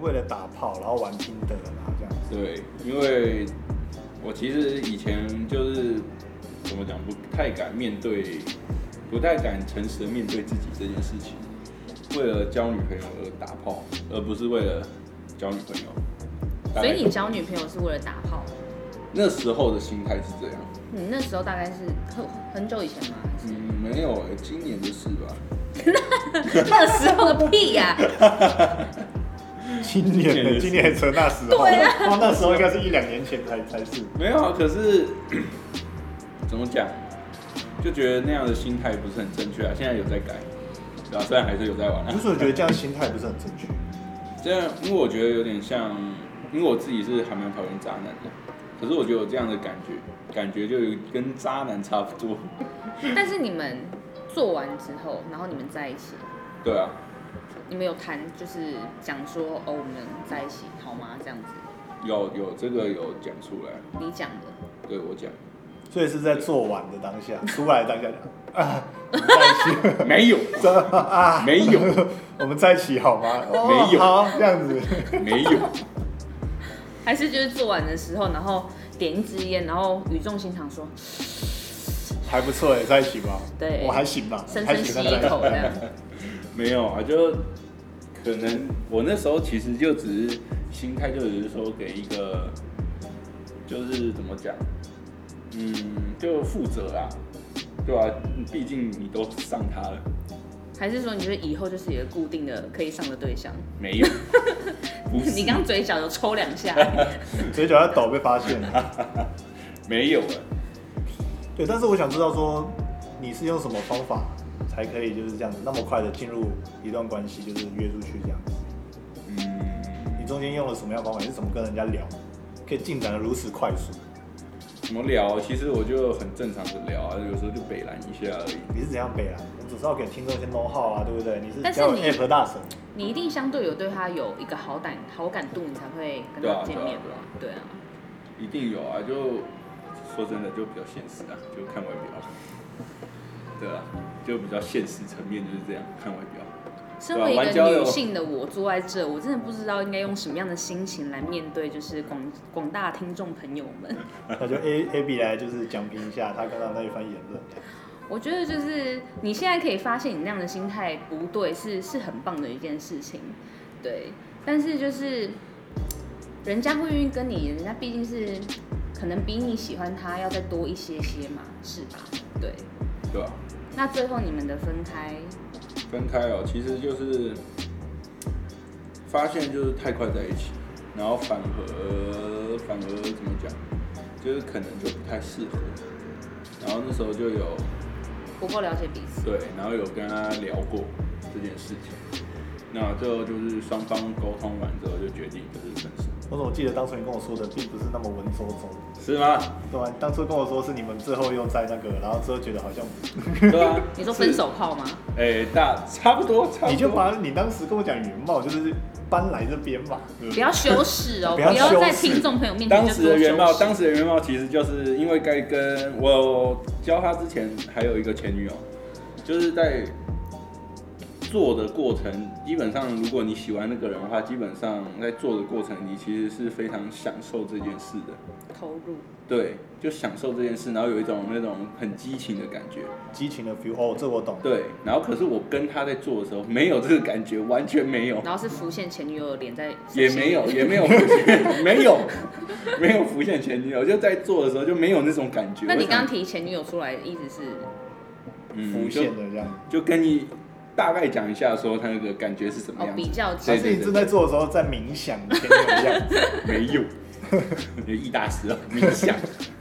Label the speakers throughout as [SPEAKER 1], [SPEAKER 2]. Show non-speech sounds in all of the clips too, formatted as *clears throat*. [SPEAKER 1] 为了打炮然后玩拼的嘛，这样子。
[SPEAKER 2] 对，因为我其实以前就是怎么讲，不太敢面对，不太敢诚实的面对自己这件事情。为了交女朋友而打炮，而不是为了交女朋友。大
[SPEAKER 3] 所
[SPEAKER 2] 概
[SPEAKER 3] 以你交女朋友是为了打炮？
[SPEAKER 2] 那时候的心态是这样。
[SPEAKER 3] 你嗯那时候大概是很很久以前吗？还是
[SPEAKER 2] 嗯，没有、欸，今年的事吧。
[SPEAKER 3] *laughs* 那时候个屁呀、
[SPEAKER 1] 今年的，今
[SPEAKER 2] 今
[SPEAKER 1] 年
[SPEAKER 2] 年
[SPEAKER 1] 也扯那时候，
[SPEAKER 3] 嗯对啊
[SPEAKER 1] 哦，那时候应该是一两年前才才是。
[SPEAKER 2] 没有啊，可是 *clears throat* 怎么讲，就觉得那样的心态不是很正确啊。现在有在改，对吧、虽然还是有在玩
[SPEAKER 1] 你
[SPEAKER 2] 啊
[SPEAKER 1] 为。什么觉得这样心态不是很正确？
[SPEAKER 2] 这样，因为我觉得有点像，因为我自己是还蛮讨厌渣男的，可是我觉得我这样的感觉，感觉就有跟渣男差不多。
[SPEAKER 3] 但是你们做完之后，然后你们在一起，
[SPEAKER 2] 对啊，
[SPEAKER 3] 你们有谈就是讲说哦，我们在一起好吗？这样子，
[SPEAKER 2] 有有这个有讲出来，
[SPEAKER 3] 你讲的，
[SPEAKER 2] 对我讲
[SPEAKER 1] 所以是在做完的当下，出来的当下啊，我们在一起
[SPEAKER 2] 没有
[SPEAKER 1] 真的啊，
[SPEAKER 2] 没有，
[SPEAKER 1] 我们在一起好吗？哦
[SPEAKER 2] 没有
[SPEAKER 1] 好这样子。
[SPEAKER 2] 没有，
[SPEAKER 3] 还是就是做完的时候，然后点一支烟，然后语重心长说
[SPEAKER 1] 还不错哎，在一起吧。
[SPEAKER 3] 对
[SPEAKER 1] 我还行吧，
[SPEAKER 3] 深
[SPEAKER 1] 还
[SPEAKER 3] 深
[SPEAKER 1] 喜
[SPEAKER 3] 吸
[SPEAKER 1] 欢在
[SPEAKER 3] 一口这
[SPEAKER 1] 一
[SPEAKER 3] 样
[SPEAKER 1] 起。。
[SPEAKER 2] 没有啊，就可能我那时候其实就只是心态，就只是说给一个，就是怎么讲，嗯，就负责啊，对吧、毕竟你都上他了，
[SPEAKER 3] 还是说你觉得以后就是有一个固定的可以上的对象？
[SPEAKER 2] 没
[SPEAKER 3] *laughs*
[SPEAKER 2] 有，不是
[SPEAKER 3] 你刚嘴角有抽两下，
[SPEAKER 1] 嘴角在抖被发现了。
[SPEAKER 2] 没有啊，
[SPEAKER 1] 对，但是我想知道说，你是用什么方法才可以就是这样子那么快的进入一段关系，就是约出去这样子？
[SPEAKER 2] 嗯，
[SPEAKER 1] 你中间用了什么样的方法？你是怎么跟人家聊，可以进展的如此快速？
[SPEAKER 2] 怎么聊？啊其实我就很正常的聊啊，有时候就北兰一下而已。
[SPEAKER 1] 你是怎样背啊？我只是要给听众一些 know how 啊，对不对？你是
[SPEAKER 3] 但
[SPEAKER 1] 比
[SPEAKER 3] 是
[SPEAKER 1] 较有
[SPEAKER 3] 你
[SPEAKER 1] app 大神，
[SPEAKER 3] 你一定相对有对他有一个好感好感度，你才会跟
[SPEAKER 2] 对
[SPEAKER 3] 他
[SPEAKER 2] 啊
[SPEAKER 3] 见面
[SPEAKER 2] 对啊
[SPEAKER 3] 嘛。对啊，
[SPEAKER 2] 一定有啊，就说真的就比较现实啊，就看外表，对啊，就比较现实层面就是这样，看外表。
[SPEAKER 3] 身为一
[SPEAKER 2] 玩交
[SPEAKER 3] 个
[SPEAKER 2] 友
[SPEAKER 3] 女性的我坐在这，我真的不知道应该用什么样的心情来面对，就是广广大听众朋友们。
[SPEAKER 1] 那就 A *laughs* A B 来就是讲评一下他刚刚那一番言论。
[SPEAKER 3] 我觉得就是你现在可以发现你那样的心态不对，是是很棒的一件事情，对。但是就是人家会愿意跟你，人家毕竟是可能比你喜欢他要再多一些些嘛，是吧？对。
[SPEAKER 2] 对啊，
[SPEAKER 3] 那最后你们的分开，
[SPEAKER 2] 分开哦，其实就是发现就是太快在一起，然后反而反而怎么讲，就是可能就不太适合。然后那时候就有
[SPEAKER 3] 不够了解彼此，
[SPEAKER 2] 对，然后有跟他聊过这件事情，那最后就是双方沟通完之后就决定就是分手，
[SPEAKER 1] 我怎么记得当初你跟我说的并不是那么文绉绉？
[SPEAKER 2] 是吗？
[SPEAKER 1] 对吧？当初跟我说是你们最后又在那个，然后之后觉得好像
[SPEAKER 2] 对啊
[SPEAKER 3] *laughs* ，你说分手炮吗？
[SPEAKER 2] 是？哎、大差不多，差不多。
[SPEAKER 1] 你就把你当时跟我讲原貌，就是搬来这边嘛，
[SPEAKER 2] 嗯
[SPEAKER 1] 对
[SPEAKER 3] 不要羞耻哦，
[SPEAKER 1] 不
[SPEAKER 3] 不
[SPEAKER 1] 要
[SPEAKER 3] 要在
[SPEAKER 1] 羞耻
[SPEAKER 3] 听众朋友面前
[SPEAKER 2] 当
[SPEAKER 3] 就
[SPEAKER 2] 时
[SPEAKER 3] 说
[SPEAKER 2] 的原貌，
[SPEAKER 3] 羞耻
[SPEAKER 2] 当时的原貌其实就是因为该跟我教他之前还有一个前女友，就是在做的过程，基本上如果你喜欢那个人的话，基本上在做的过程，你其实是非常享受这件事的。
[SPEAKER 3] 投入，
[SPEAKER 2] 对，就享受这件事，然后有一种那种很激情的感觉。
[SPEAKER 1] 激情的 feel。哦，这我懂。
[SPEAKER 2] 对，然后可是我跟他在做的时候，没有这个感觉，完全没有。
[SPEAKER 3] 然后是浮现前女友的脸在，
[SPEAKER 2] 也没有，也没有浮现，没有，没有浮现前女友，就在做的时候就没有那种感觉。
[SPEAKER 3] 那你
[SPEAKER 2] 我想
[SPEAKER 3] 刚刚提前女友出来，意思是
[SPEAKER 2] 嗯
[SPEAKER 1] 浮
[SPEAKER 2] 就
[SPEAKER 1] 现的这样。
[SPEAKER 2] 就跟你大概讲一下，说他那个感觉是怎么
[SPEAKER 3] 哦
[SPEAKER 2] 样
[SPEAKER 3] 比
[SPEAKER 2] 子。
[SPEAKER 3] 较
[SPEAKER 1] 还
[SPEAKER 3] 起
[SPEAKER 2] 对
[SPEAKER 1] 是你正在做的时候在冥想前面一样，
[SPEAKER 2] 没有，你一大师啊，冥想。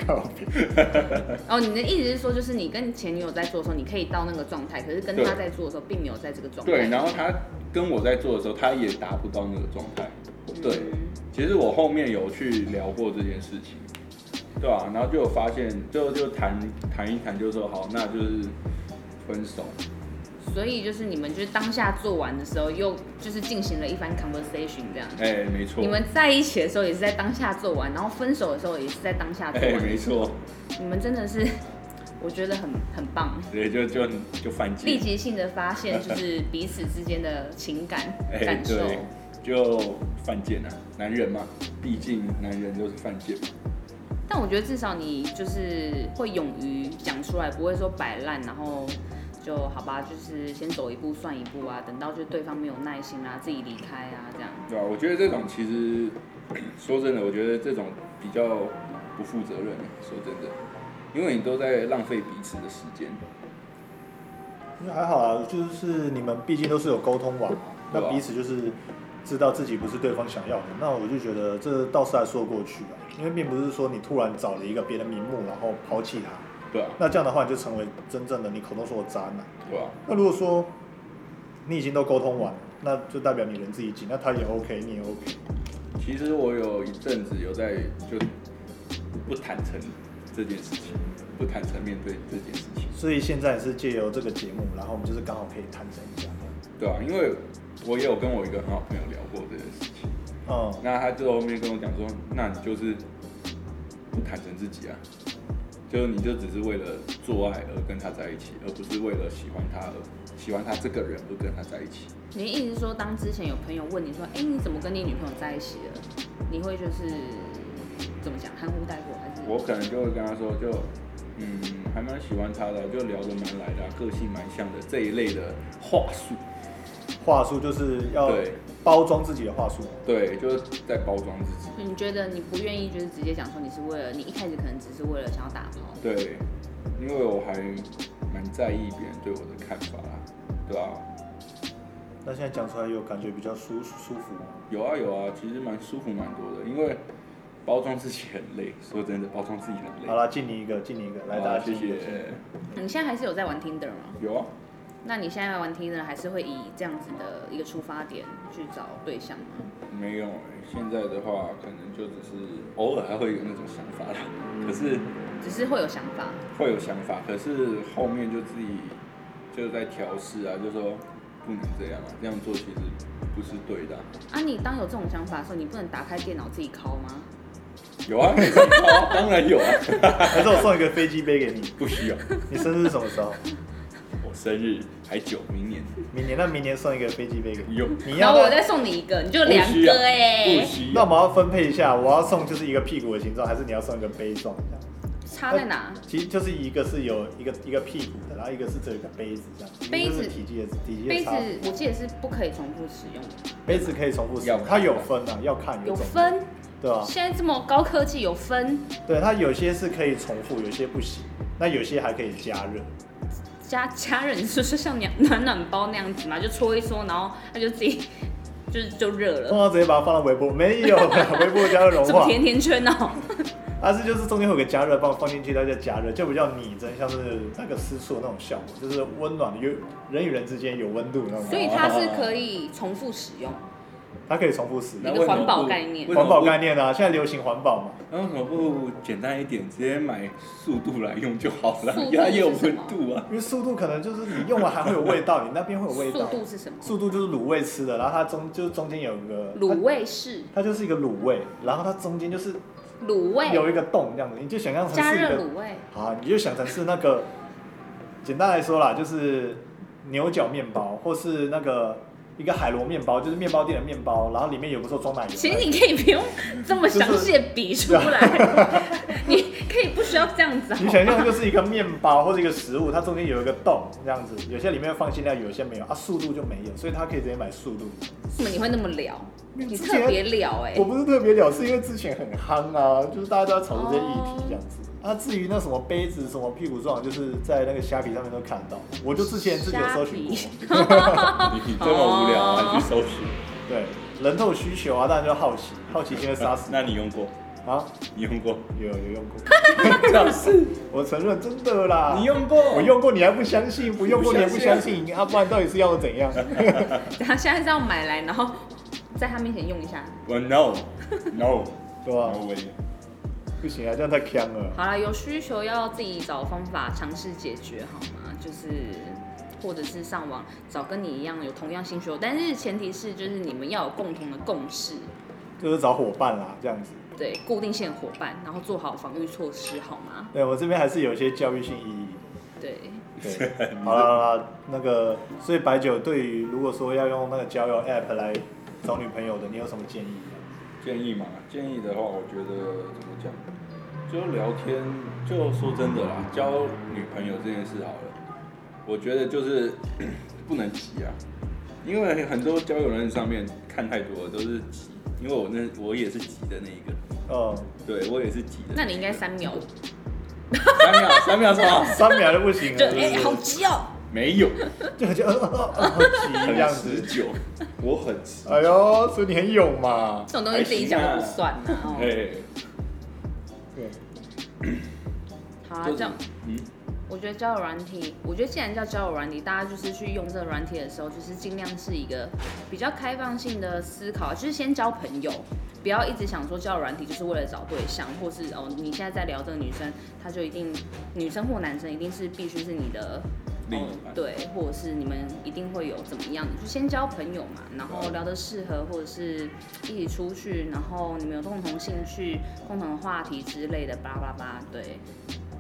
[SPEAKER 1] 靠
[SPEAKER 3] 哦，你的意思是说，就是你跟前女友在做的时候，你可以到那个状态，可是跟
[SPEAKER 2] 对
[SPEAKER 3] 他在做的时候，并没有在这个状态。
[SPEAKER 2] 对，然后他跟我在做的时候，他也达不到那个状态。
[SPEAKER 3] 嗯
[SPEAKER 2] 对，其实我后面有去聊过这件事情，对吧、然后就有发现，就就谈谈一谈，就说好，那就是分手。
[SPEAKER 3] 所以就是你们就是当下做完的时候，又就是进行了一番 conversation 这样。
[SPEAKER 2] 哎，没错。
[SPEAKER 3] 你们在一起的时候也是在当下做完，然后分手的时候也是在当下做
[SPEAKER 2] 哎，
[SPEAKER 3] 完。
[SPEAKER 2] 没错。
[SPEAKER 3] 你们真的是，我觉得很很棒，
[SPEAKER 2] 对，就就就反击，
[SPEAKER 3] 立即性的发现就是彼此之间的情感
[SPEAKER 2] 哎、
[SPEAKER 3] 感受。
[SPEAKER 2] 对，就犯贱啊，男人嘛，毕竟男人就是犯贱嘛。
[SPEAKER 3] 但我觉得至少你就是会勇于讲出来，不会说摆烂，然后就好吧，就是先走一步算一步啊，等到就对方没有耐心啊，自己离开啊，这样。
[SPEAKER 2] 对吧、我觉得这种其实 *clears throat* 说真的，我觉得这种比较不负责任。啊说真的，因为你都在浪费彼此的时间。
[SPEAKER 1] 因为还好啦，就是你们毕竟都是有沟通网嘛，
[SPEAKER 2] 对啊
[SPEAKER 1] 那彼此就是知道自己不是对方想要的，那我就觉得这倒是还说过去啊，因为并不是说你突然找了一个别的名目，然后抛弃他，
[SPEAKER 2] 对啊，
[SPEAKER 1] 那这样的话你就成为真正的你口中说的渣男。
[SPEAKER 2] 对啊，
[SPEAKER 1] 那如果说你已经都沟通完了，那就代表你人自己紧，那他也 OK，你也 OK。
[SPEAKER 2] 其实我有一阵子有在就不坦诚这件事情，不坦诚面对这件事情，
[SPEAKER 1] 所以现在也是借由这个节目，然后我们就是刚好可以谈成一下。
[SPEAKER 2] 对啊，因为我也有跟我一个很好朋友聊过这件事情，
[SPEAKER 1] 嗯，
[SPEAKER 2] 那他就后面跟我讲说，那你就是不坦诚自己啊，就是你就只是为了做爱而跟他在一起，而不是为了喜欢他而喜欢他这个人而跟他在一起。
[SPEAKER 3] 你的意思是说，当之前有朋友问你说，哎、你怎么跟你女朋友在一起了？你会就是怎么讲，含糊带过还是？
[SPEAKER 2] 我可能就会跟他说，就嗯，还蛮喜欢他的，啊就聊得蛮来的啊、个性蛮像的这一类的话术。
[SPEAKER 1] 话术就是要
[SPEAKER 2] 对
[SPEAKER 1] 包装自己的话术。
[SPEAKER 2] 对，就是在包装自己。
[SPEAKER 3] 你觉得你不愿意就是直接讲说你是为了你一开始可能只是为了想要打炮，
[SPEAKER 2] 对，因为我还蛮在意别人对我的看法啦，对吧、
[SPEAKER 1] 那现在讲出来有感觉比较舒舒服吗？
[SPEAKER 2] 有啊有啊，其实蛮舒服蛮多的，因为包装自己很累，说真的，包装自己很累。
[SPEAKER 1] 好啦，敬你一个，敬你一个，来大家
[SPEAKER 2] 谢
[SPEAKER 1] 敬你一个
[SPEAKER 2] 谢。
[SPEAKER 3] 你现在还是有在玩 Tinder 吗？
[SPEAKER 2] 有啊，
[SPEAKER 3] 那你现在玩 Tinder 还是会以这样子的一个出发点去找对象吗？
[SPEAKER 2] 没有欸、现在的话可能就只是偶尔还会有那种想法啦，可是
[SPEAKER 3] 只是会有想法，
[SPEAKER 2] 会有想法，可是后面就自己就在调试啊，就说不能这样啊，这样做其实不是对的啊、
[SPEAKER 3] 啊，你当有这种想法的时候，你不能打开电脑自己敲吗？
[SPEAKER 2] 有
[SPEAKER 1] *laughs*
[SPEAKER 2] 啊，哦当然有啊，
[SPEAKER 1] 还是我送一个飞机杯给你。
[SPEAKER 2] 不需要。
[SPEAKER 1] 你生日是什么时候？
[SPEAKER 2] 我生日还久，明年
[SPEAKER 1] 明年，那明年送一个飞机杯给你。
[SPEAKER 2] 有，
[SPEAKER 1] 你
[SPEAKER 3] 然
[SPEAKER 1] 要
[SPEAKER 3] 后
[SPEAKER 1] 不
[SPEAKER 3] 我
[SPEAKER 1] 要？
[SPEAKER 3] 再送你一个，你就
[SPEAKER 2] 不
[SPEAKER 3] 两
[SPEAKER 2] 需要，
[SPEAKER 3] 个哎、
[SPEAKER 2] 不需
[SPEAKER 1] 那
[SPEAKER 2] 要。
[SPEAKER 1] 我们要分配一下，我要送就是一个屁股的形状，还是你要送一个杯状这样？
[SPEAKER 3] 差在哪？
[SPEAKER 1] 其实就是一个是有一个一个屁股的，然后一个是只有一个杯子这样。
[SPEAKER 3] 杯子
[SPEAKER 1] 一个是体积的体积的
[SPEAKER 3] 杯子
[SPEAKER 1] 差别。
[SPEAKER 3] 我记得是不可以重复使用的，
[SPEAKER 1] 杯子可以重复使
[SPEAKER 2] 要
[SPEAKER 1] 用，
[SPEAKER 2] 看
[SPEAKER 1] 它有分啊，要看
[SPEAKER 3] 有
[SPEAKER 1] 种，
[SPEAKER 3] 分。
[SPEAKER 1] 对吧、
[SPEAKER 3] 现在这么高科技有分
[SPEAKER 1] 对，它有些是可以重复，有些不行，那有些还可以加热。
[SPEAKER 3] 加加热，你说是像暖暖暖包那样子嘛？就搓一搓，然后它就自己就是就热
[SPEAKER 1] 通
[SPEAKER 3] 了，
[SPEAKER 1] 常直接把它放到微波，没有啦微波加热融
[SPEAKER 3] 什么
[SPEAKER 1] 化，
[SPEAKER 3] 甜甜圈哦、
[SPEAKER 1] 它是就是中间会有个加热棒放进去，它就加热，就比较拟真，像是那个私处的那种效果，就是温暖的，有人与人之间有温度的那种
[SPEAKER 3] 所
[SPEAKER 1] 感觉，
[SPEAKER 3] 以它是可以重复使用。
[SPEAKER 1] 它可以重复使
[SPEAKER 3] 那
[SPEAKER 1] 用。
[SPEAKER 3] 一个环保概念
[SPEAKER 2] 为什么
[SPEAKER 1] 环
[SPEAKER 2] 不
[SPEAKER 1] 保概。念啊，现在流行环保嘛，
[SPEAKER 2] 那为什么不简单一点，直接买速度来用就好了
[SPEAKER 3] 速？度
[SPEAKER 2] 它也有
[SPEAKER 3] 是什
[SPEAKER 2] 温
[SPEAKER 3] 么
[SPEAKER 2] 度
[SPEAKER 3] *laughs*
[SPEAKER 2] 啊。
[SPEAKER 1] 因为速度可能就是你用完还会有味道，你那边会有味
[SPEAKER 3] 速
[SPEAKER 1] 道。
[SPEAKER 3] 度是什么？
[SPEAKER 1] 速度就是卤味吃的，然后它中就是中间有一个它
[SPEAKER 3] 卤味是
[SPEAKER 1] 它就是一个卤味，然后它中间就是
[SPEAKER 3] 卤
[SPEAKER 1] 有
[SPEAKER 3] 味，
[SPEAKER 1] 一个洞这样子，你就想象成
[SPEAKER 3] 加
[SPEAKER 1] 是一
[SPEAKER 3] 热
[SPEAKER 1] 个
[SPEAKER 3] 卤味，
[SPEAKER 1] 啊，你就想成是那个，简单来说啦，就是牛角面包或是那个一个海螺面包，就是面包店的面包，然后里面有个时候装奶油的，
[SPEAKER 3] 其实你可以不用这么详细的比出来，
[SPEAKER 1] *laughs*
[SPEAKER 3] 你可以不需要这样子好
[SPEAKER 1] 哎
[SPEAKER 3] 啊
[SPEAKER 1] 你想象就是一个面包或者一个食物，它中间有一个洞这样子，有些里面放馅料，有些没有啊，速度就没有，所以它可以直接买速度。
[SPEAKER 3] 为什么你会那么聊？你
[SPEAKER 1] 之
[SPEAKER 3] 特
[SPEAKER 1] 前
[SPEAKER 3] 别聊哎、
[SPEAKER 1] 我不是特别了，是因为之前很夯啊，就是大家都在讨论这些议题
[SPEAKER 3] 哦
[SPEAKER 1] 这样子。啊，至于那什么杯子、什么屁股状，就是在那个虾皮上面都看到。我就之前自己有搜寻过，
[SPEAKER 3] 虾
[SPEAKER 2] 你这么无聊
[SPEAKER 3] 哦
[SPEAKER 2] 还去搜寻？
[SPEAKER 1] 对，人都有需求啊，当然就好奇，好奇心会杀死
[SPEAKER 2] 那你用过？
[SPEAKER 1] 你啊。
[SPEAKER 2] 你用过？
[SPEAKER 1] 有有用过， *laughs*
[SPEAKER 2] 老师，
[SPEAKER 1] 我承认真的啦。
[SPEAKER 2] *laughs* 你用过？
[SPEAKER 1] 我。用过，你还不相信？不用过你还不相信？ *laughs* 啊，不然到底是要我怎样？ *laughs*
[SPEAKER 3] 他现在是要买来，然后在他面前用一下。
[SPEAKER 2] 我 no
[SPEAKER 1] *laughs*
[SPEAKER 2] no
[SPEAKER 1] 对吧
[SPEAKER 2] no way。
[SPEAKER 1] 不行啊，这样太坑了。
[SPEAKER 3] 好了，有需求要自己找方法尝试解决好吗？就是或者是上网找跟你一样有同样兴趣，但是前提是就是你们要有共同的共识，
[SPEAKER 1] 就是找伙伴啦，这样子。
[SPEAKER 3] 对，固定线伙伴，然后做好防御措施好吗？
[SPEAKER 1] 对我这边还是有一些教育性意义。
[SPEAKER 3] 对。
[SPEAKER 1] 对，好啦好啦，那个，所以白酒对于如果说要用那个交友 App 来找女朋友的，你有什么建议？
[SPEAKER 2] 建议嘛，建议的话，我觉得怎么讲，就聊天，就说真的啦，交女朋友这件事好了，我觉得就是 *coughs* 不能急啊，因为很多交友软件上面看太多了都是急，因为我那我也是急的那一个，
[SPEAKER 1] 呃，
[SPEAKER 2] 对我也是急的一个。
[SPEAKER 3] 那你应该三秒，
[SPEAKER 2] 三秒，三秒什
[SPEAKER 3] *laughs*
[SPEAKER 2] 么？
[SPEAKER 1] 三秒就不行
[SPEAKER 3] 就
[SPEAKER 1] 了，
[SPEAKER 3] 哎、好急啊哦、
[SPEAKER 2] 没有，
[SPEAKER 1] 就就呃呃呃好急 *laughs* 这样
[SPEAKER 2] 很持
[SPEAKER 1] 子。
[SPEAKER 2] 久，我很持久。
[SPEAKER 1] 哎呦，所以你很勇嘛。
[SPEAKER 3] 这种东西自己讲都不算呐、哦
[SPEAKER 2] 哎，
[SPEAKER 1] 对，
[SPEAKER 3] 好啊，
[SPEAKER 2] 就
[SPEAKER 3] 这
[SPEAKER 2] 是
[SPEAKER 3] 样。
[SPEAKER 2] 嗯，
[SPEAKER 3] 我觉得交友软体，我觉得既然叫交友软体，大家就是去用这个软体的时候，就是尽量是一个比较开放性的思考，就是先交朋友，不要一直想说交友软体就是为了找对象，或是哦你现在在聊这个女生，她就一定女生或男生一定是必须是你的
[SPEAKER 2] 另一
[SPEAKER 3] 哦
[SPEAKER 2] 半
[SPEAKER 3] 对，或者是你们一定会有怎么样的，就先交朋友嘛，然后
[SPEAKER 2] 对
[SPEAKER 3] 聊得适合，或者是一起出去，然后你们有共同兴趣、共同的话题之类的，叭叭叭，对。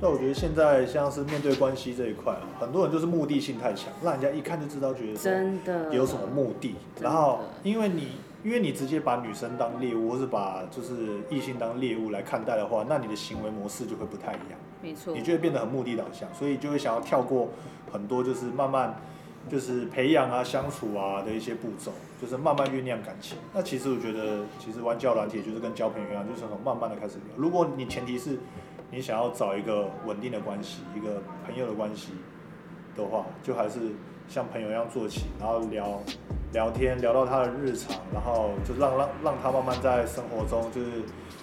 [SPEAKER 1] 那我觉得现在像是面对关系这一块啊，很多人就是目的性太强，让人家一看就知道，觉得说
[SPEAKER 3] 真的
[SPEAKER 1] 有什么目的。
[SPEAKER 3] 真的
[SPEAKER 1] 然后因为你因为你直接把女生当猎物，或是把就是异性当猎物来看待的话，那你的行为模式就会不太一样，
[SPEAKER 3] 没错
[SPEAKER 1] 你，就会变得很目的导向，所以就会想要跳过很多就是慢慢就是培养啊、相处啊的一些步骤，就是慢慢酝酿感情。那其实我觉得，其实玩交友软体就是跟交朋友一样，就是从慢慢的开始聊。如果你前提是你想要找一个稳定的关系，一个朋友的关系的话，就还是像朋友一样做起，然后聊聊天，聊到他的日常，然后就让让让他慢慢在生活中就是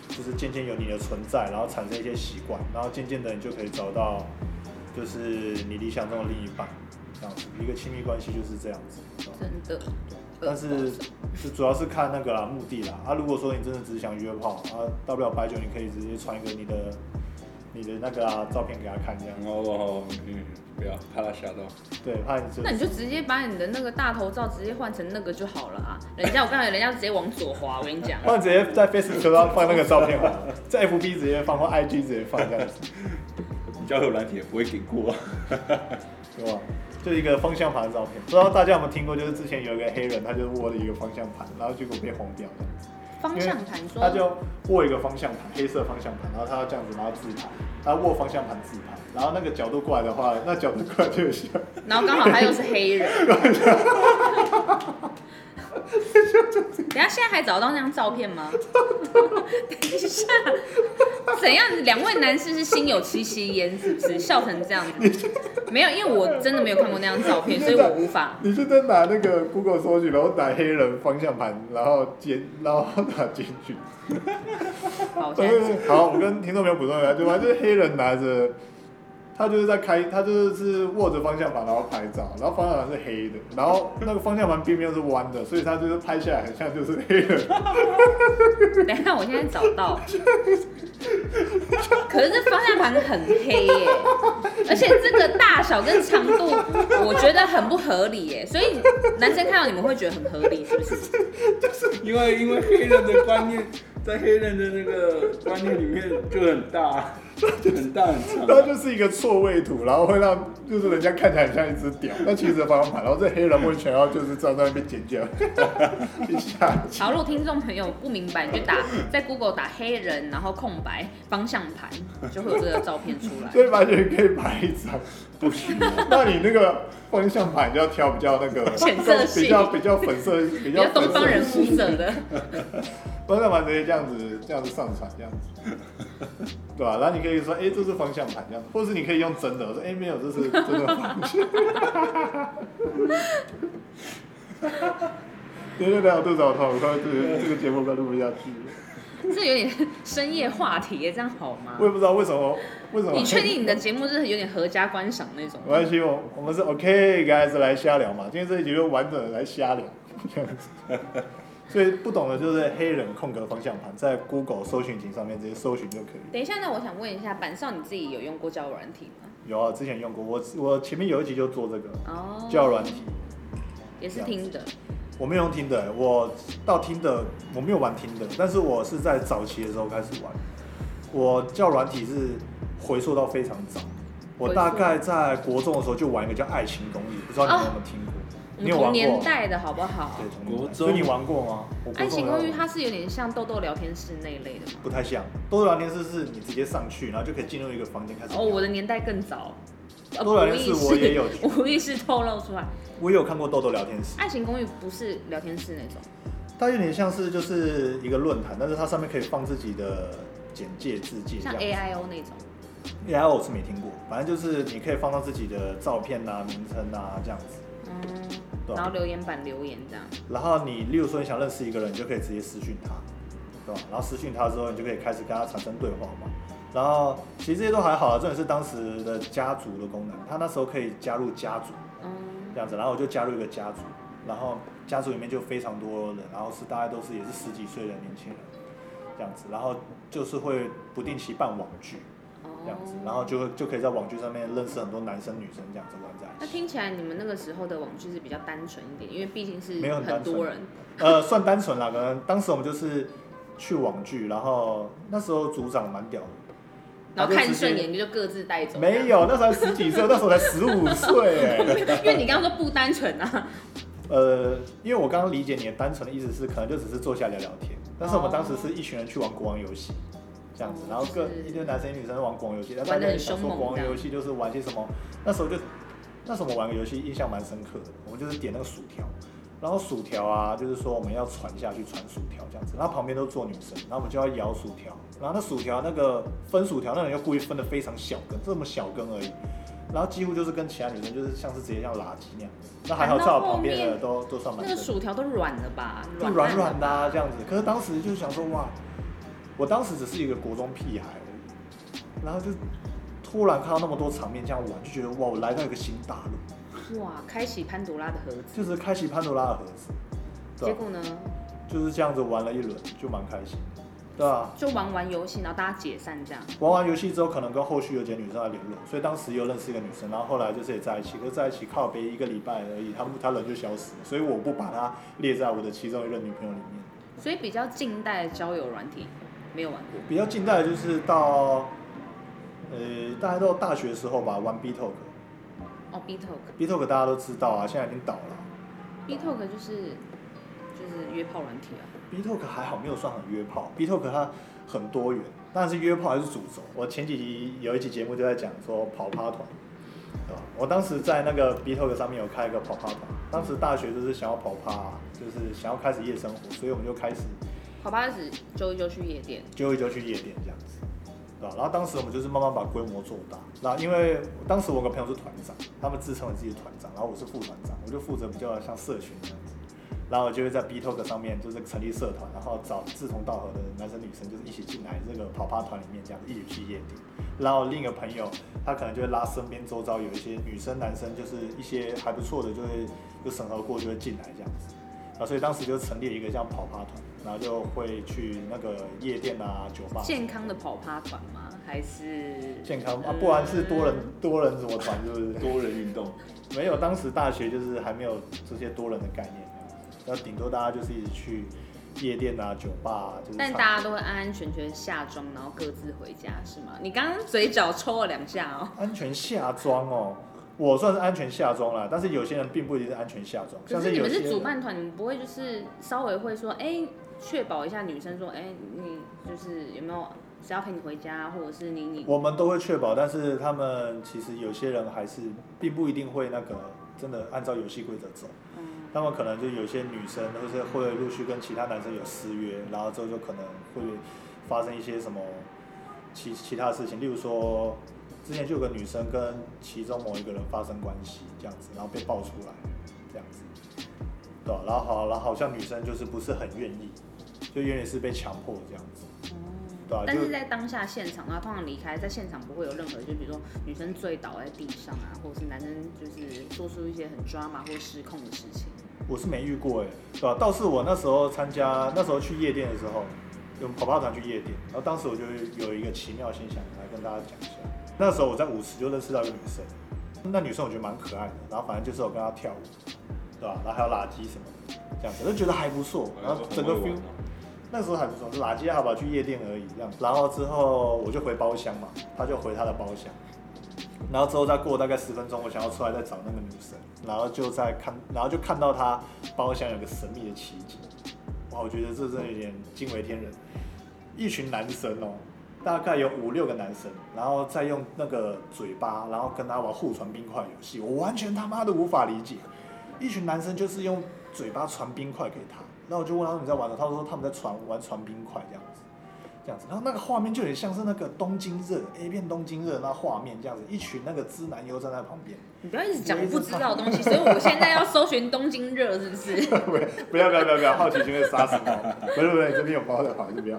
[SPEAKER 1] 就是渐渐有你的存在，然后产生一些习惯，然后渐渐的你就可以找到就是你理想中的另一半，这样子一个亲密关系就是这样子。对吧
[SPEAKER 3] 真的。
[SPEAKER 1] 但是就主要是看那个啦，目的啦。啊，如果说你真的只是想约炮啊，大不了白酒，你可以直接传一个你的你的那个啊照片给他看，这样
[SPEAKER 2] 然后嗯，不要怕他吓到。
[SPEAKER 1] 对，怕你就
[SPEAKER 3] 那你就直接把你的那个大头照直接换成那个就好了啊！人家我告诉你，人家直接往左滑，我跟你讲，
[SPEAKER 1] 不然直接在 Facebook 上放那个照片好了，在 FB 直接放或 IG 直接放这样子，
[SPEAKER 2] 你交友软体也不会给过啊。
[SPEAKER 1] 对吧？就一个方向盘的照片，不知道大家有没有听过？就是之前有一个黑人，他就握了一个方向盘，然后结果被黄掉这样子
[SPEAKER 3] 方向盘
[SPEAKER 1] 他
[SPEAKER 3] 说，
[SPEAKER 1] 就握一个方向盘，黑色方向盘，然后他要这样子，然后自拍，他握方向盘自拍，然后那个角度过来的话，那角度过来就有像
[SPEAKER 3] 然后刚好他又是黑人。等一下，现在还找到那张照片吗？等一下，怎样？两位男士是心有戚戚焉，是不是？笑成这样子？没有，因为我真的没有看过那张照片，所以我无法。
[SPEAKER 1] 你就在拿那个 Google 搜取，然后打黑人方向盘，然后检，然后打检举。
[SPEAKER 3] 好，我现在
[SPEAKER 1] 好，我跟听众朋友补充一下，就反正就是黑人拿着，他就是在开，他就是握着方向盘然后拍照，然后方向盘是黑的，然后那个方向盘边边是弯的，所以他就是拍下来很像就是黑人。
[SPEAKER 3] 等一下，我现在找到。可是这方向盘很黑耶，而且这个大小跟长度，我觉得很不合理耶。所以男生看到你们会觉得很合理，是不是？
[SPEAKER 2] 因为因为黑人的观念，在黑人的那个观念里面就很大，就很大很长
[SPEAKER 1] 它
[SPEAKER 2] 啊。
[SPEAKER 1] 就是一个错位图，然后会让就是人家看起来很像一只屌，那其实方向盘，然后这黑人会想要就是站在那边尖叫，一下
[SPEAKER 3] 好，如果听众朋友不明白，你就打在 Google 打黑人，然后空白方向盘，就会有这个照片出
[SPEAKER 1] *laughs*
[SPEAKER 3] 来。
[SPEAKER 1] 所以发现可以拍一张。
[SPEAKER 2] 不行啊，
[SPEAKER 1] 那你那个方向盘就要挑比较那个
[SPEAKER 3] 浅色系
[SPEAKER 1] 比较比较粉色，比
[SPEAKER 3] 比
[SPEAKER 1] 较
[SPEAKER 3] 较东方人肤
[SPEAKER 1] 肤
[SPEAKER 3] 色的，
[SPEAKER 1] 方向盘直接这样子这样子上传这样子，对吧、然后你可以说，哎、这是方向盘这样子，或是你可以用真的，我说，哎、没有，这是 *laughs* 真的方向。对对对，我肚子好痛，我快这个这个节目快录不下去了。
[SPEAKER 3] *laughs* 这有点深夜话题耶，这样好吗
[SPEAKER 1] 我？也不知道为什么，为什么？
[SPEAKER 3] 你确定你的节目就是有点合家观赏那种
[SPEAKER 1] 没
[SPEAKER 3] 吗？
[SPEAKER 1] 关系，我我们是 OK guys 来瞎聊嘛，今天这一集就完整的来瞎聊，这样子。所以不懂的就是黑人空格方向盘，在 Google 搜寻题上面直接搜寻就可以。
[SPEAKER 3] 等一下，那我想问一下，板少你自己有用过交友软体吗？
[SPEAKER 1] 有啊，之前用过，我我前面有一集就做这个
[SPEAKER 3] 哦，
[SPEAKER 1] 叫软体，
[SPEAKER 3] 也是听的，
[SPEAKER 1] 我没有用听的，我到听的我没有玩听的，但是我是在早期的时候开始玩。我叫软体是回溯到非常早，我大概在国中的时候就玩一个叫爱情公寓，不知道你们有没有听过？你有玩过
[SPEAKER 3] 同哦年代的好不好？哎
[SPEAKER 1] 对，同
[SPEAKER 2] 国
[SPEAKER 1] 年代
[SPEAKER 2] 中
[SPEAKER 1] 所以你玩过吗？我
[SPEAKER 3] 爱情
[SPEAKER 1] 国
[SPEAKER 3] 公
[SPEAKER 1] 中
[SPEAKER 3] 寓
[SPEAKER 1] 有玩
[SPEAKER 3] 它是有点像豆豆聊天室那一类的嘛。
[SPEAKER 1] 不太像，多聊天室是你直接上去，然后就可以进入一个房间开始聊。
[SPEAKER 3] 哦，我的年代更早，呃
[SPEAKER 1] 豆豆聊
[SPEAKER 3] 无
[SPEAKER 1] 天室
[SPEAKER 3] 意识
[SPEAKER 1] 我也有
[SPEAKER 3] *laughs* 无意识透露出来。
[SPEAKER 1] 我也有看过豆豆聊天室，
[SPEAKER 3] 爱情公寓不是聊天室那种，
[SPEAKER 1] 它有点像是就是一个论坛，但是它上面可以放自己的简介、字介这
[SPEAKER 3] 像
[SPEAKER 1] 样子。
[SPEAKER 3] A I O 那种。
[SPEAKER 1] A I O 我是没听过，反正就是你可以放到自己的照片啊、名称啊这样子。
[SPEAKER 3] 嗯，
[SPEAKER 1] 对啊
[SPEAKER 3] 然后留言板留言这样。
[SPEAKER 1] 然后你，例如说你想认识一个人，你就可以直接私讯他，对吧？然后私讯他之后，你就可以开始跟他产生对话嘛。然后其实这些都还好啊啦，重点是当时的家族的功能，他那时候可以加入家族
[SPEAKER 3] 嗯，
[SPEAKER 1] 这样子，然后我就加入一个家族，然后家族里面就非常多人，然后是大概都是也是十几岁的年轻人这样子，然后就是会不定期办网剧
[SPEAKER 3] 哦
[SPEAKER 1] 这样子，然后就会就可以在网剧上面认识很多男生女生这样子玩在一
[SPEAKER 3] 那
[SPEAKER 1] 起。
[SPEAKER 3] 听起来你们那个时候的网剧是比较单纯一点，因为毕竟是
[SPEAKER 1] 没有很
[SPEAKER 3] 很
[SPEAKER 1] 单纯
[SPEAKER 3] 多人。
[SPEAKER 1] 呃，算单纯啦，可能当时我们就是去网剧，然后那时候组长蛮屌的，
[SPEAKER 3] 然后
[SPEAKER 1] 他就
[SPEAKER 3] 看
[SPEAKER 1] 直接
[SPEAKER 3] 顺眼你就各自带走。
[SPEAKER 1] 没有，那时候才十几岁，那时候才十五岁
[SPEAKER 3] *laughs* 这
[SPEAKER 1] 哎。
[SPEAKER 3] 样，因为你刚刚说不单纯
[SPEAKER 1] *laughs*
[SPEAKER 3] 啊。
[SPEAKER 1] 呃，因为我刚刚理解你的单纯的意思是，可能就只是坐下聊聊天，但是我们当时是一群人去玩国王游戏。这样子，然后各
[SPEAKER 3] 哦就是
[SPEAKER 1] 一堆男生女生玩国王游戏，但大
[SPEAKER 3] 玩得
[SPEAKER 1] 家
[SPEAKER 3] 很
[SPEAKER 1] 也想
[SPEAKER 3] 凶
[SPEAKER 1] 说
[SPEAKER 3] 猛
[SPEAKER 1] 国
[SPEAKER 3] 这
[SPEAKER 1] 王
[SPEAKER 3] 样
[SPEAKER 1] 游戏就是玩些什么，那时候就那时候我们玩个游戏印象蛮深刻的，我们就是点那个薯条，然后薯条啊，就是说我们要传下去传薯条这样子，然后旁边都坐女生，然后我们就要摇薯条，然后那薯条那个分薯条那人又故意分的非常小根，这么小根而已，然后几乎就是跟其他女生就是像是直接像垃圾那样，那还好
[SPEAKER 3] 谈到
[SPEAKER 1] 在我
[SPEAKER 3] 后
[SPEAKER 1] 旁边的
[SPEAKER 3] 面
[SPEAKER 1] 都都算蛮
[SPEAKER 3] 那
[SPEAKER 1] 正
[SPEAKER 3] 个
[SPEAKER 1] 常
[SPEAKER 3] 薯条都软了吧？
[SPEAKER 1] 就
[SPEAKER 3] 烂
[SPEAKER 1] 软
[SPEAKER 3] 了
[SPEAKER 1] 软的、啊、这样子。可是当时就想说，哇，我当时只是一个国中屁孩而已，然后就突然看到那么多场面这样玩，就觉得哇，我来到一个新大陆，
[SPEAKER 3] 哇，开启潘多拉的盒子。
[SPEAKER 1] 就是开启潘多拉的盒子，对
[SPEAKER 3] 结
[SPEAKER 1] 啊、
[SPEAKER 3] 果呢，
[SPEAKER 1] 就是这样子玩了一轮，就蛮开心的，对啊。
[SPEAKER 3] 就玩玩游戏，然后大家解散这样。
[SPEAKER 1] 玩完游戏之后，可能跟后续有几个女生在联络，所以当时又认识一个女生，然后后来就是也在一起，可是在一起靠别一个礼拜而已，他们他人就消失了，所以我不把她列在我的其中一任女朋友里面。
[SPEAKER 3] 所以比较近代的交友软体没有玩过。
[SPEAKER 1] 比较近代的就是到，呃，大概到大学的时候吧，玩 B Talk，B
[SPEAKER 3] 哦，B Talk，B
[SPEAKER 1] Talk 大家都知道啊，现在已经倒了。
[SPEAKER 3] Talk 就是就是约炮软体啊。
[SPEAKER 1] B Talk 还好，没有算很约炮。B Talk 它很多元，但是约炮还是主轴。我前几集有一期节目就在讲说跑趴团，对吧？我当时在那个 B Talk 上面有开一个跑趴团，当时大学就是想要跑趴啊，就是想要开始夜生活，所以我们就开始
[SPEAKER 3] 跑吧子周一就去夜店，
[SPEAKER 1] 就一就去夜店这样子，对吧？然后当时我们就是慢慢把规模做大。那因为当时我有个朋友是团长，他们自称为自己是团长，然后我是副团长，我就负责比较像社群这样子。然后我就会在 B Talk 上面就是成立社团，然后找志同道合的男生女生，就是一起进来这个跑趴团里面这样子一起去夜店。然后另一个朋友，他可能就会拉身边周遭有一些女生男生，就是一些还不错的，就会就审核过就会进来这样子。啊，所以当时就成立了一个像跑趴团，然后就会去那个夜店啊、酒吧。
[SPEAKER 3] 健康的跑趴团吗？还是嗯
[SPEAKER 1] 健康啊，不然是多人多人什么团，是不
[SPEAKER 2] 多人运动，
[SPEAKER 1] 是？没有，当时大学就是还没有这些多人的概念，那顶多大家就是一起去夜店啊、酒吧啊，就是
[SPEAKER 3] *laughs* 但
[SPEAKER 1] 唱
[SPEAKER 3] 大家都会安安全全下妆，然后各自回家，是吗？你刚刚嘴角抽了两下哦、
[SPEAKER 1] 安全下装哦。我算是安全下装啦，但是有些人并不一定是安全下装，
[SPEAKER 3] 可
[SPEAKER 1] 像
[SPEAKER 3] 是你
[SPEAKER 1] 有
[SPEAKER 3] 们
[SPEAKER 1] 些
[SPEAKER 3] 是主
[SPEAKER 1] 人
[SPEAKER 3] 办团，你们不会就是稍微会说，哎、确保一下女生说，哎、你就是有没有谁要陪你回家，或者是你你
[SPEAKER 1] 我们都会确保，但是他们其实有些人还是并不一定会那个真的按照游戏规则走。
[SPEAKER 3] 嗯
[SPEAKER 1] 他们可能就有些女生，都是会陆续跟其他男生有私约，然后之后就可能会发生一些什么其其他的事情，例如说，之前就有个女生跟其中某一个人发生关系这样子，然后被爆出来这样子，对吧、然后好，然后好像女生就是不是很愿意，就有点是被强迫这样子，
[SPEAKER 2] 啊
[SPEAKER 1] 对吧、
[SPEAKER 3] 哦但是
[SPEAKER 1] 就
[SPEAKER 3] 在当下现场，然后通常离开，在现场不会有任何，就比如说女生醉倒在地上啊，或者是男生就是做出一些很抓马或失控的事情。
[SPEAKER 1] 我是没遇过哎、对吧、倒是我那时候参加，那时候去夜店的时候，有跑跑团去夜店，然后当时我就有一个奇妙现象来跟大家讲一下。那时候我在舞池就认识到一个女生，那女生我觉得蛮可爱的，然后反正就是我跟她跳舞，对吧、然后还有垃圾什么的，这样子，我就觉得还不错，然后啊整个 feel 那时候还不错，是垃圾还好吧，去夜店而已这样。然后之后我就回包厢嘛，他就回他的包厢，然后之后再过大概十分钟，我想要出来再找那个女生，然后就在看，然后就看到她包厢有个神秘的奇迹，哇，我觉得这真的有点惊为天人。一群男生哦，大概有五六个男生，然后再用那个嘴巴，然后跟他玩互传冰块游戏，我完全他妈的无法理解，一群男生就是用嘴巴传冰块给他，然后我就问他说你在玩什么，他说他们在传玩传冰块这样子。这样子，然后那个画面就有点像是那个东京热 A 片东京热那画面这样子，一群那个知男优站在旁边，
[SPEAKER 3] 你不要一直讲我不知道的东西，所以我现在要搜寻东京热，是不是？
[SPEAKER 1] *laughs*
[SPEAKER 3] *laughs*
[SPEAKER 1] 不要不要不要不要，好奇心会杀死猫。 *laughs* 不是不是，这边有猫的，还是不要。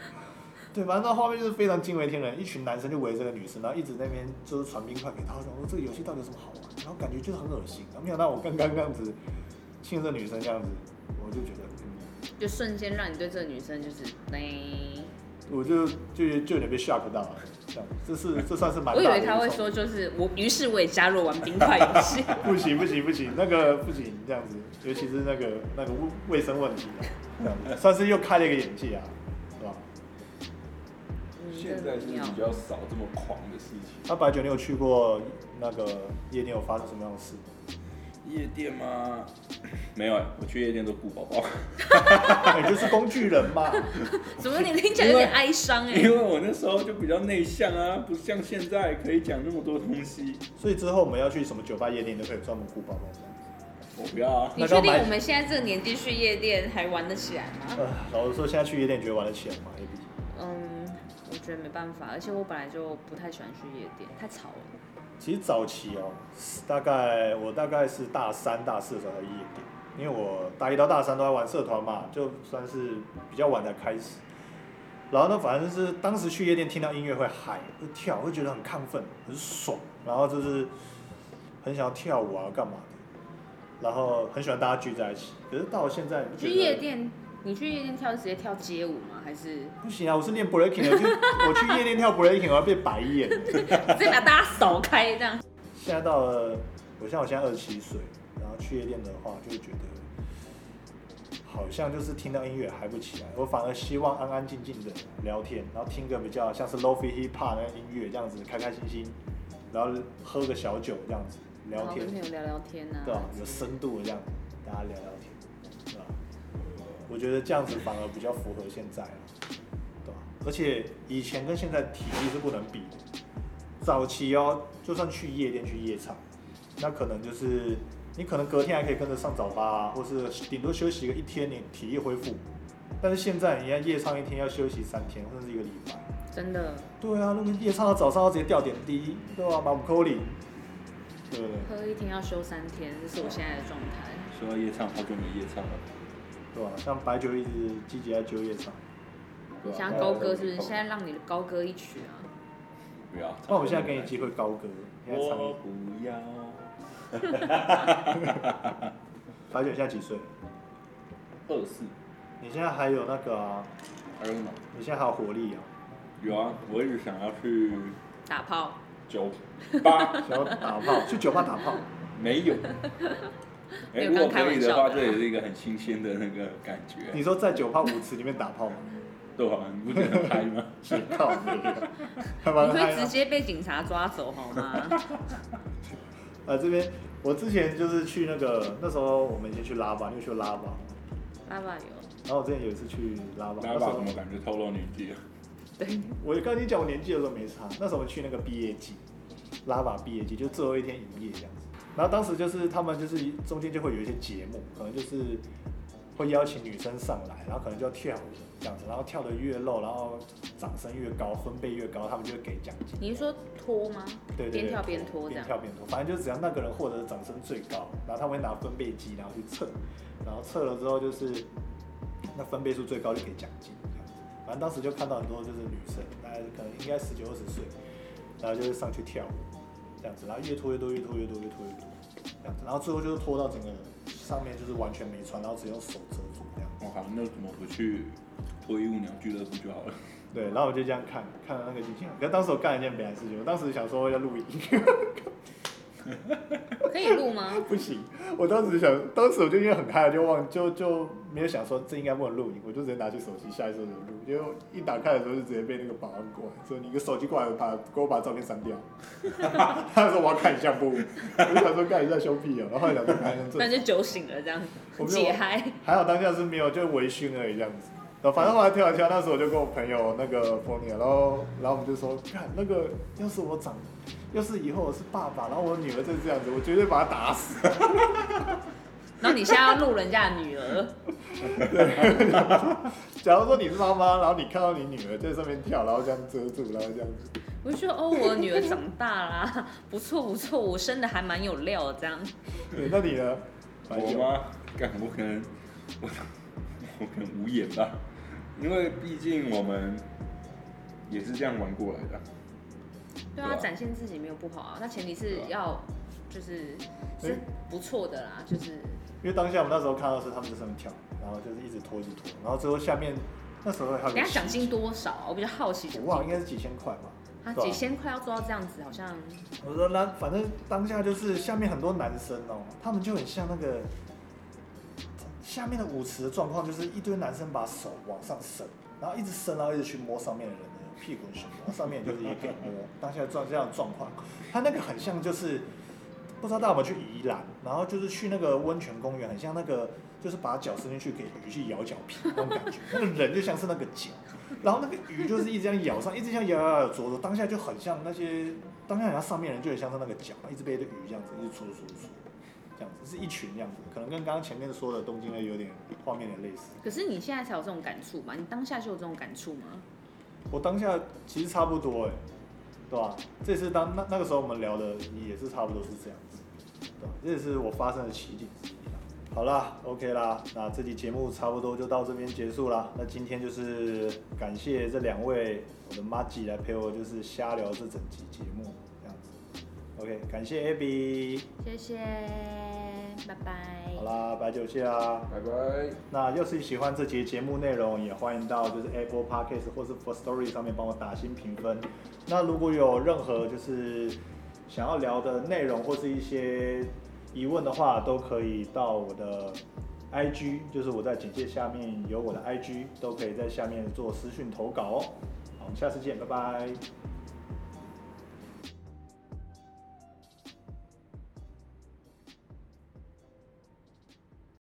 [SPEAKER 1] *laughs* 对，反正那画面就是非常惊为天人，一群男生就围着个女生，然后一直在那边就是传冰块给她，我想说这个游戏到底有什么好玩？然后感觉就是很恶心，然后没想到我刚刚这样子亲着女生这样子，我就觉得，嗯，
[SPEAKER 3] 就瞬间让你对这个女生就是，哎，
[SPEAKER 1] 我就就就有点被 shock 到了，这样，这
[SPEAKER 3] *laughs*
[SPEAKER 1] 是这算是蛮大
[SPEAKER 3] 我
[SPEAKER 1] 的
[SPEAKER 3] 以
[SPEAKER 1] 一种。
[SPEAKER 3] 为他会说就是我，于是我也加入玩冰块游
[SPEAKER 2] *laughs*
[SPEAKER 3] 戏。
[SPEAKER 1] 不行不行不行，那个不行这样子，尤其是那个那个卫卫生问题、啊，这样子算是又开了一个眼界啊，是吧？
[SPEAKER 3] 嗯
[SPEAKER 2] 现在是
[SPEAKER 3] 真的很
[SPEAKER 2] 比
[SPEAKER 3] 妙
[SPEAKER 2] 较少这么狂的事情。
[SPEAKER 1] 那白酒，你有去过那个夜店有发生什么样的事？ *laughs*
[SPEAKER 2] 夜店吗？没有、欸，我去夜店都顾宝 *laughs* 宝，
[SPEAKER 1] 你就是工具人嘛，
[SPEAKER 3] 怎么你听起来有点哀伤哎、
[SPEAKER 2] 因为我那时候就比较内向啊，不像现在可以讲那么多东西。
[SPEAKER 1] 所以之后我们要去什么酒吧、夜店都可以专门雇包包这样子。
[SPEAKER 2] 我不要啊，
[SPEAKER 3] 你确定我们现在这个年纪去夜店还玩得起来吗？
[SPEAKER 1] 呃，老实说，现在去夜店觉得玩得起来吗？A B，
[SPEAKER 3] 嗯，我觉得没办法，而且我本来就不太喜欢去夜店，太吵了。
[SPEAKER 1] 其实早期哦，大概我大概是大三、大四的时候才去夜店，因为我大一到大三都在玩社团嘛，就算是比较晚才开始。然后呢，反正是当时去夜店听到音乐会嗨，会跳，会觉得很亢奋，很爽，然后就是很想要跳舞啊，干嘛的，然后很喜欢大家聚在一起。可是到了现在，你不觉
[SPEAKER 3] 去
[SPEAKER 1] 得
[SPEAKER 3] 夜店，你去夜店跳是直接跳街舞吗？还是
[SPEAKER 1] 不行啊，我是练 breaking，的我去我去夜店跳 breaking，我要被白眼。
[SPEAKER 3] 直接把大家扫开这样？
[SPEAKER 1] 现在到了，我像我现在二十七岁，然后去夜店的话，就会觉得好像就是听到音乐嗨不起来，我反而希望安安静静的聊天，然后听个比较像是 lofi hip hop 那个音乐这样子，开开心心，然后喝个小酒这样子 *laughs* 聊
[SPEAKER 3] 然后
[SPEAKER 1] 天
[SPEAKER 3] 跟，朋友聊聊天啊。
[SPEAKER 1] 对吧、有深度的这样子，大家聊聊天，对吧、我觉得这样子反而比较符合现在了，对吧、而且以前跟现在体力是不能比的。早期哦，就算去夜店、去夜场，那可能就是你可能隔天还可以跟着上早八、啊，或是顶多休息个一天，你体力恢复。但是现在，你看夜唱一天要休息三天，甚至一个礼拜。
[SPEAKER 3] 真的
[SPEAKER 1] 对啊，那个夜唱到早上要直接掉点滴，对吧、把我们扣零，对不对？
[SPEAKER 3] 喝一天要休三天，这是我现在的状态。
[SPEAKER 2] 说到夜唱，好久没夜唱了。
[SPEAKER 1] 对吧、像白酒一直积极在就业上，啊
[SPEAKER 3] 你想要高歌是不是？现在让你高歌一曲啊！
[SPEAKER 2] 不要。
[SPEAKER 1] 那我们现在给你机会高歌，现在唱一
[SPEAKER 2] 我不要。
[SPEAKER 1] 白酒现在几岁？
[SPEAKER 2] 二四
[SPEAKER 1] 你现在还有那个啊，
[SPEAKER 2] 还有什么？
[SPEAKER 1] 你现在还有活力啊，
[SPEAKER 2] 有啊，我一直想要去
[SPEAKER 3] 打炮，
[SPEAKER 2] 酒
[SPEAKER 3] *laughs*
[SPEAKER 2] 吧，
[SPEAKER 1] 想要打炮，去酒吧打炮，
[SPEAKER 2] 没有。哎、
[SPEAKER 3] 没有
[SPEAKER 2] 如果
[SPEAKER 3] 刚开
[SPEAKER 2] 可以
[SPEAKER 3] 玩
[SPEAKER 2] 的
[SPEAKER 3] 笑
[SPEAKER 2] 话，
[SPEAKER 3] 的嗯
[SPEAKER 2] 这也是一个很新鲜的那个感觉，
[SPEAKER 1] 你说在酒吧舞池里面打炮吗？
[SPEAKER 2] 对吧？你不觉得很嗨
[SPEAKER 3] *laughs*
[SPEAKER 2] 吗？
[SPEAKER 1] 是靠背啊，还
[SPEAKER 3] 你
[SPEAKER 1] 蛮嗨
[SPEAKER 3] 会直
[SPEAKER 1] 啊。
[SPEAKER 3] 接被警察抓走好吗？
[SPEAKER 1] 啊，这边我之前就是去那个，那时候我们以前去拉巴，你有去过拉巴？
[SPEAKER 3] 拉爸有，
[SPEAKER 1] 然后我之前有一次去拉巴，
[SPEAKER 2] 大家
[SPEAKER 1] 那时
[SPEAKER 2] 把
[SPEAKER 1] 候
[SPEAKER 2] 怎么感觉透露年纪啊？
[SPEAKER 3] 对，
[SPEAKER 1] 我跟你讲我年纪的时候没差，那时候我们去那个毕业季，拉法毕业季，就最后一天营业这样子。然后当时就是他们就是中间就会有一些节目，可能就是会邀请女生上来，然后可能就要跳舞这样子，然后跳得越露，然后掌声越高，分贝越高，他们就会给奖金。
[SPEAKER 3] 你是说拖吗？
[SPEAKER 1] 对对对，
[SPEAKER 3] 边跳边拖这
[SPEAKER 1] 边
[SPEAKER 3] 样。
[SPEAKER 1] 跳边拖，反正就只要那个人获得掌声最高，然后他们会拿分贝机，然后去测，然后测了之后就是那分贝数最高就给奖金。这样子反正当时就看到很多就是女生，大概可能应该十九二十岁，然后就是上去跳舞这样子，然后越拖越多，越拖越多，越拖越多这样子，然后最后就是拖到整个上面就是完全没穿，然后只用手遮住这样。
[SPEAKER 2] 我靠，那怎么不去脱衣舞娘俱乐部就好了？
[SPEAKER 1] 对，然后我就这样看，看了那个心情。可是当时我干了一件本来事情，我当时想说要录影，
[SPEAKER 3] 可以录吗？
[SPEAKER 1] *laughs* 不行，我当时想，当时我就因为很嗨，就忘就就没有想说这应该不能录影，我就直接拿起手机下意识就录，结果一打开的时候就直接被那个保安过来，说你个手机过来把给我把照片删掉，他说我要看一下不，我就想说看一下胸屁啊，然后后来想说看一
[SPEAKER 3] 不然
[SPEAKER 1] 下
[SPEAKER 3] 就酒醒了这样
[SPEAKER 1] 我，没有
[SPEAKER 3] 解嗨。
[SPEAKER 1] 还好当下是没有，就微醺而已这样子。然后反正后来跳来跳，那时候我就跟我朋友那个 f o n 然后然后我们就说，看那个要是我长，要是以后我是爸爸，然后我女儿就是这样子，我绝对把她打死。
[SPEAKER 3] 然后你现在要录人家的女儿，
[SPEAKER 1] 假如说你是妈妈，然后你看到你女儿在上面跳，然后这样遮住，然后这样子，
[SPEAKER 3] 我就觉得哦，我女儿长大啦， *laughs* 不错不错，我生的还蛮有料的这样。
[SPEAKER 1] 对那你呢？白
[SPEAKER 2] 我
[SPEAKER 1] 酒？
[SPEAKER 2] 吗？干，我可能我我可能无言吧，因为毕竟我们也是这样玩过来的。
[SPEAKER 3] 对
[SPEAKER 2] 对
[SPEAKER 3] 啊，
[SPEAKER 2] 啊
[SPEAKER 3] 展现自己没有不好啊，那前提是
[SPEAKER 2] 对啊
[SPEAKER 3] 要就是是
[SPEAKER 1] 哎
[SPEAKER 3] 不错的啦，就是
[SPEAKER 1] 因为当下我们那时候看到是他们在上面跳，然后就是一直拖一直拖，然后最后下面那时候还有
[SPEAKER 3] 人
[SPEAKER 1] 个
[SPEAKER 3] 家奖金多少啊？我比较好奇奖
[SPEAKER 1] 我忘了
[SPEAKER 3] 金。
[SPEAKER 1] 应该是几千块吧。
[SPEAKER 3] 啊，
[SPEAKER 1] 对啊
[SPEAKER 3] 几千块要做到这样子，好像
[SPEAKER 1] 我说那反正当下就是下面很多男生哦，他们就很像那个下面的舞池的状况，就是一堆男生把手往上伸，然后一直伸，然后一直去摸上面的人的屁股什么，然后上面就是也可以摸。当下状这样的状况，他那个很像就是不知道大家有没有去宜兰，然后就是去那个温泉公园，很像那个就是把脚伸进去给鱼去咬脚皮那种感觉，那个人就像是那个脚，然后那个鱼就是一直这样咬上，一直这样咬咬咬啄啄，当下就很像那些当下人家上面人就很像是那个脚，一直被一堆鱼这样子一直啄啄啄。这样子是一群这样子，可能跟刚刚前面说的东京的有点画面有点类似。
[SPEAKER 3] 可是你现在才有这种感触嘛？你当下就有这种感触吗？
[SPEAKER 1] 我当下其实差不多哎、对吧、这次当那那个时候我们聊的也是差不多是这样子，对吧、这也是我发生的奇景之一啦。好啦，OK 啦，那这期节目差不多就到这边结束啦。那今天就是感谢这两位我的妈吉来陪我，就是瞎聊这整集节目这样子。OK，感谢 Abby，
[SPEAKER 3] 谢谢，拜拜。
[SPEAKER 1] 好啦，白酒谢啦。
[SPEAKER 2] 拜拜。
[SPEAKER 1] 那要是喜欢这节节目内容，也欢迎到就是 Apple Podcast 或是 f o r Story 上面帮我打新评分。那如果有任何就是想要聊的内容或是一些疑问的话，都可以到我的 IG，就是我在简介下面有我的 IG，都可以在下面做私讯投稿哦。好，我们下次见，拜拜。